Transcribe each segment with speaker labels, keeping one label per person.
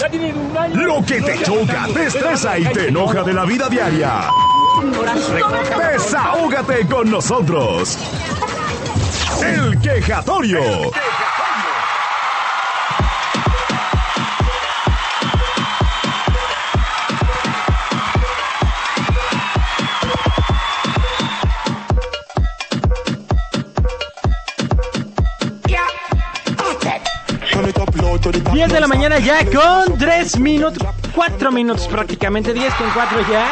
Speaker 1: Ya tienen un año. Lo que te choca, te estresa y te enoja de la vida diaria. Desahógate con nosotros. El quejatorio.
Speaker 2: Diez 10 de la mañana ya con 3 minutos, 4 minutos prácticamente, 10 con 4 ya.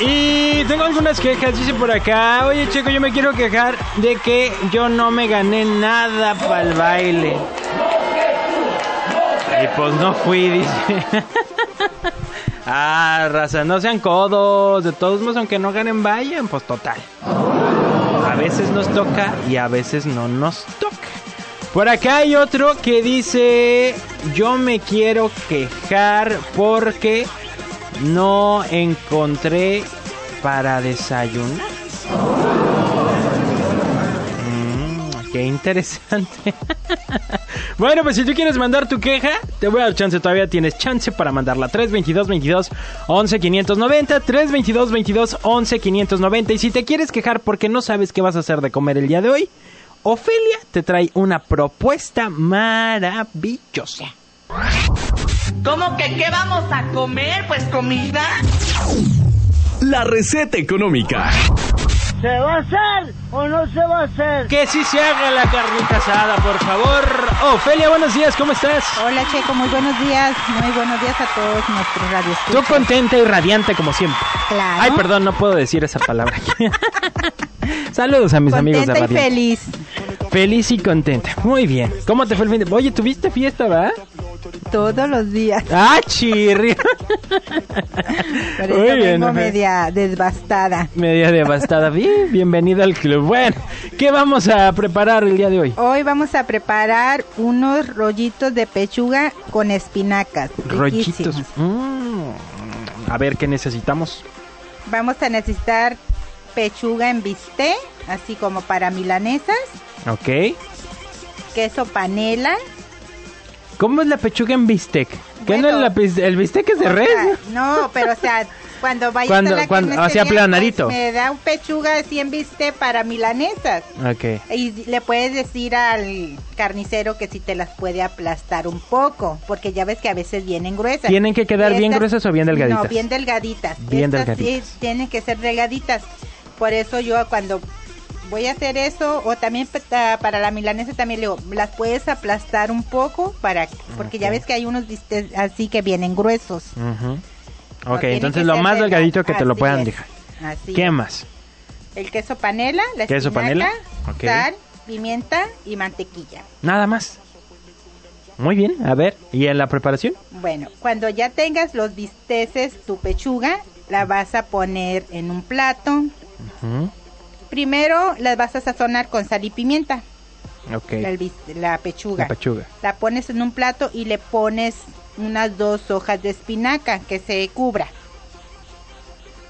Speaker 2: Y tengo algunas quejas, dice por acá, oye chico, yo me quiero quejar de que yo no me gané nada para el baile. Y pues no fui, dice. ah, raza, no sean codos, de todos modos, aunque no ganen, vayan, pues total. A veces nos toca y a veces no nos toca. Por acá hay otro que dice, yo me quiero quejar porque no encontré para desayunar. Mm, qué interesante. bueno, pues si tú quieres mandar tu queja, te voy a dar chance. Todavía tienes chance para mandarla. 322 22 11 590. 322 22 11 590. Y si te quieres quejar porque no sabes qué vas a hacer de comer el día de hoy, Ofelia te trae una propuesta maravillosa.
Speaker 3: ¿Cómo que qué vamos a comer? Pues comida.
Speaker 1: La receta económica.
Speaker 4: ¿Se va a hacer o no se va a hacer?
Speaker 2: Que sí se haga la carnita asada, por favor. Ofelia, buenos días, ¿cómo estás?
Speaker 5: Hola Checo, muy buenos días, muy buenos días a todos nuestros radios.
Speaker 2: Tú contenta y radiante como siempre.
Speaker 5: Claro.
Speaker 2: Ay, perdón, no puedo decir esa palabra. Saludos a mis amigos de
Speaker 5: Contenta y
Speaker 2: radio.
Speaker 5: feliz.
Speaker 2: Feliz y contenta. Muy bien. ¿Cómo te fue el fin de- Oye, ¿tuviste fiesta, va?
Speaker 5: Todos los días.
Speaker 2: Ah, chirri.
Speaker 5: Pero
Speaker 2: Muy
Speaker 5: Muy
Speaker 2: bien, Ofe.
Speaker 5: media desbastada.
Speaker 2: Media devastada. Bien, bienvenida al club. Bueno, ¿qué vamos a preparar el día de hoy?
Speaker 5: Hoy vamos a preparar unos rollitos de pechuga con espinacas.
Speaker 2: Rollitos.
Speaker 5: riquísimos.
Speaker 2: Mm. A ver, ¿qué necesitamos?
Speaker 5: Vamos a necesitar pechuga en bisté, así como para milanesas,
Speaker 2: Ok.
Speaker 5: queso panela.
Speaker 2: ¿Cómo es la pechuga en bistec? ¿Qué no es
Speaker 5: Bueno.
Speaker 2: la pis- el bistec es de
Speaker 5: O
Speaker 2: res?
Speaker 5: sea, no, pero o sea, cuando vayas
Speaker 2: Cuando-
Speaker 5: a la
Speaker 2: cuando-
Speaker 5: carnicería,
Speaker 2: o sea, aplanadito.
Speaker 5: pues, me da un pechuga así en bisté para milanesas.
Speaker 2: ¿no? Ok.
Speaker 5: Y le puedes decir al carnicero que si te las puede aplastar un poco, porque ya ves que a veces vienen gruesas.
Speaker 2: ¿Tienen que quedar bien gruesas o bien delgaditas?
Speaker 5: No, bien delgaditas.
Speaker 2: Bien
Speaker 5: Estas sí
Speaker 2: delgaditas.
Speaker 5: tienen que ser delgaditas. Por eso yo cuando voy a hacer eso, o también pa- ta- para la milanesa también le digo, las puedes aplastar un poco para, porque ya
Speaker 2: Ok.
Speaker 5: ves que hay unos bistecs así que vienen gruesos.
Speaker 2: Ujú.
Speaker 5: No
Speaker 2: Ok,
Speaker 5: tienen
Speaker 2: entonces
Speaker 5: que
Speaker 2: lo
Speaker 5: ser
Speaker 2: más
Speaker 5: delga-
Speaker 2: delgadito que te lo
Speaker 5: así
Speaker 2: puedan
Speaker 5: es,
Speaker 2: dejar.
Speaker 5: Así.
Speaker 2: ¿Qué más?
Speaker 5: El queso panela, la
Speaker 2: Queso panela,
Speaker 5: espinaca,
Speaker 2: ok.
Speaker 5: sal, pimienta y mantequilla.
Speaker 2: Nada más. Muy bien, a ver, ¿y en la preparación?
Speaker 5: Bueno, cuando ya tengas los bisteces, tu pechuga, la vas a poner en un plato.
Speaker 2: Ujú,
Speaker 5: Primero las vas a sazonar con sal y pimienta,
Speaker 2: Ok,
Speaker 5: la, bis- la pechuga.
Speaker 2: la pechuga.
Speaker 5: la pones en un plato y le pones unas dos hojas de espinaca que se cubra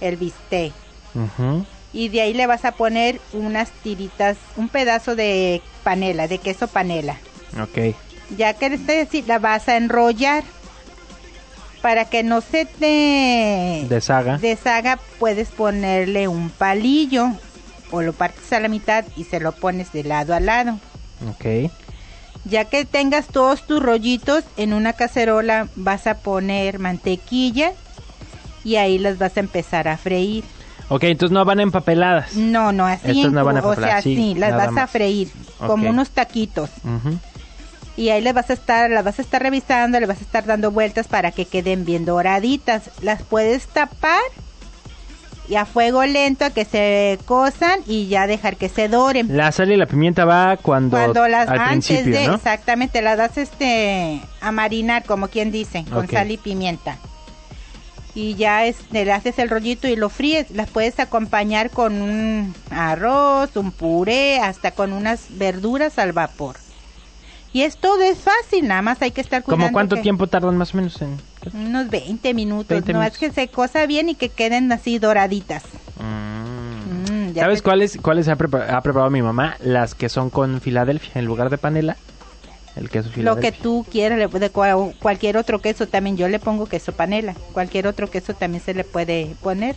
Speaker 5: el bistec.
Speaker 2: Ujú,
Speaker 5: Y de ahí le vas a poner unas tiritas, un pedazo de panela, de queso panela.
Speaker 2: Ok,
Speaker 5: Ya que es decir, la vas a enrollar para que no se te
Speaker 2: de saga.
Speaker 5: de saga puedes ponerle un palillo o lo partes a la mitad y se lo pones de lado a lado.
Speaker 2: Ok,
Speaker 5: Ya que tengas todos tus rollitos en una cacerola vas a poner mantequilla y ahí las vas a empezar a freír.
Speaker 2: ok, entonces no van empapeladas.
Speaker 5: No, no así,
Speaker 2: Estas
Speaker 5: en
Speaker 2: no van a
Speaker 5: cubo, o
Speaker 2: paplar,
Speaker 5: sea,
Speaker 2: sí,
Speaker 5: sí, las
Speaker 2: nada
Speaker 5: vas a
Speaker 2: más.
Speaker 5: freír
Speaker 2: Ok.
Speaker 5: como unos taquitos
Speaker 2: Ujú,
Speaker 5: y ahí las vas a estar, las vas a estar revisando, le vas a estar dando vueltas para que queden bien doraditas. Las puedes tapar y a fuego lento a que se cosan y ya dejar que se doren.
Speaker 2: La sal y la pimienta va cuando,
Speaker 5: Cuando las
Speaker 2: al
Speaker 5: antes
Speaker 2: principio,
Speaker 5: de
Speaker 2: ¿no?
Speaker 5: exactamente las das este a marinar como quien dice con
Speaker 2: Ok.
Speaker 5: sal y pimienta. Y ya este, le haces el rollito y lo fríes. Las puedes acompañar con un arroz, un puré, hasta con unas verduras al vapor. Y es todo, es fácil, nada más hay que estar cuidando.
Speaker 2: ¿Como cuánto
Speaker 5: que-
Speaker 2: tiempo tardan más o menos en...?
Speaker 5: Unos 20 minutos,
Speaker 2: 20
Speaker 5: no
Speaker 2: minutos.
Speaker 5: es que se cosa bien y que queden así doraditas.
Speaker 2: Mm.
Speaker 5: Mm, ya
Speaker 2: ¿Sabes
Speaker 5: te-
Speaker 2: cuáles cuáles ha, prepa- ha preparado mi mamá? Las que son con Filadelfia en lugar de panela. El queso
Speaker 5: Lo que
Speaker 2: Filadelfia.
Speaker 5: tú quieras, le- de cua- cualquier otro queso también. Yo le pongo queso panela. Cualquier otro queso también se le puede poner.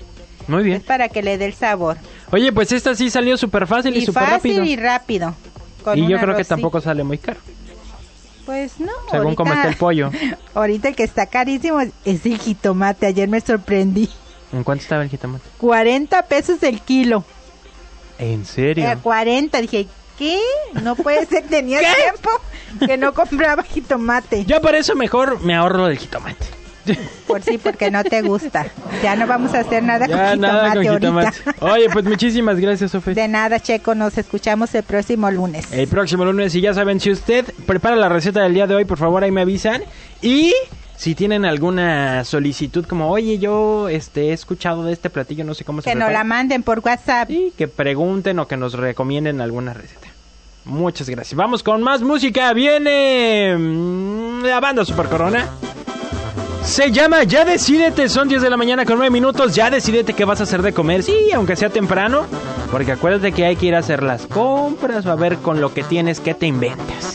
Speaker 2: Muy
Speaker 5: Es
Speaker 2: bien.
Speaker 5: para que le dé el sabor.
Speaker 2: Oye, pues esta sí salió súper fácil y,
Speaker 5: Y
Speaker 2: súper
Speaker 5: fácil
Speaker 2: rápido.
Speaker 5: y
Speaker 2: Y,
Speaker 5: rápido. Con
Speaker 2: yo
Speaker 5: un
Speaker 2: creo que
Speaker 5: arrocito.
Speaker 2: tampoco sale muy caro.
Speaker 5: Pues no.
Speaker 2: Según cómo está el pollo.
Speaker 5: Ahorita el que está carísimo es el jitomate. Ayer me sorprendí.
Speaker 2: ¿En cuánto estaba el jitomate?
Speaker 5: 40 pesos el kilo.
Speaker 2: ¿En serio?
Speaker 5: Era 40. Dije, ¿qué? No puede ser. Tenía tiempo que no compraba jitomate.
Speaker 2: Ya para eso mejor me ahorro del jitomate.
Speaker 5: Por sí, porque no te gusta. Ya no vamos a hacer nada
Speaker 2: ya
Speaker 5: con
Speaker 2: nada con
Speaker 5: jitomate ahorita.
Speaker 2: jitomate. Oye, pues muchísimas gracias, Sofía.
Speaker 5: De nada, Checo. Nos escuchamos el próximo lunes.
Speaker 2: El próximo lunes, y ya saben, si usted prepara la receta del día de hoy, por favor ahí me avisan. Y si tienen alguna solicitud como, oye, yo este, he escuchado de este platillo, no sé cómo se
Speaker 5: Que nos
Speaker 2: prepara",
Speaker 5: la manden por WhatsApp.
Speaker 2: y que pregunten o que nos recomienden alguna receta. Muchas gracias. Vamos con más música. Viene mm, la banda Super Corona. Se llama Ya Decídete. Son 10 de la mañana con 9 minutos. Ya Decídete qué vas a hacer de comer. Sí, aunque sea temprano. Porque acuérdate que hay que ir a hacer las compras o a ver con lo que tienes que te inventas.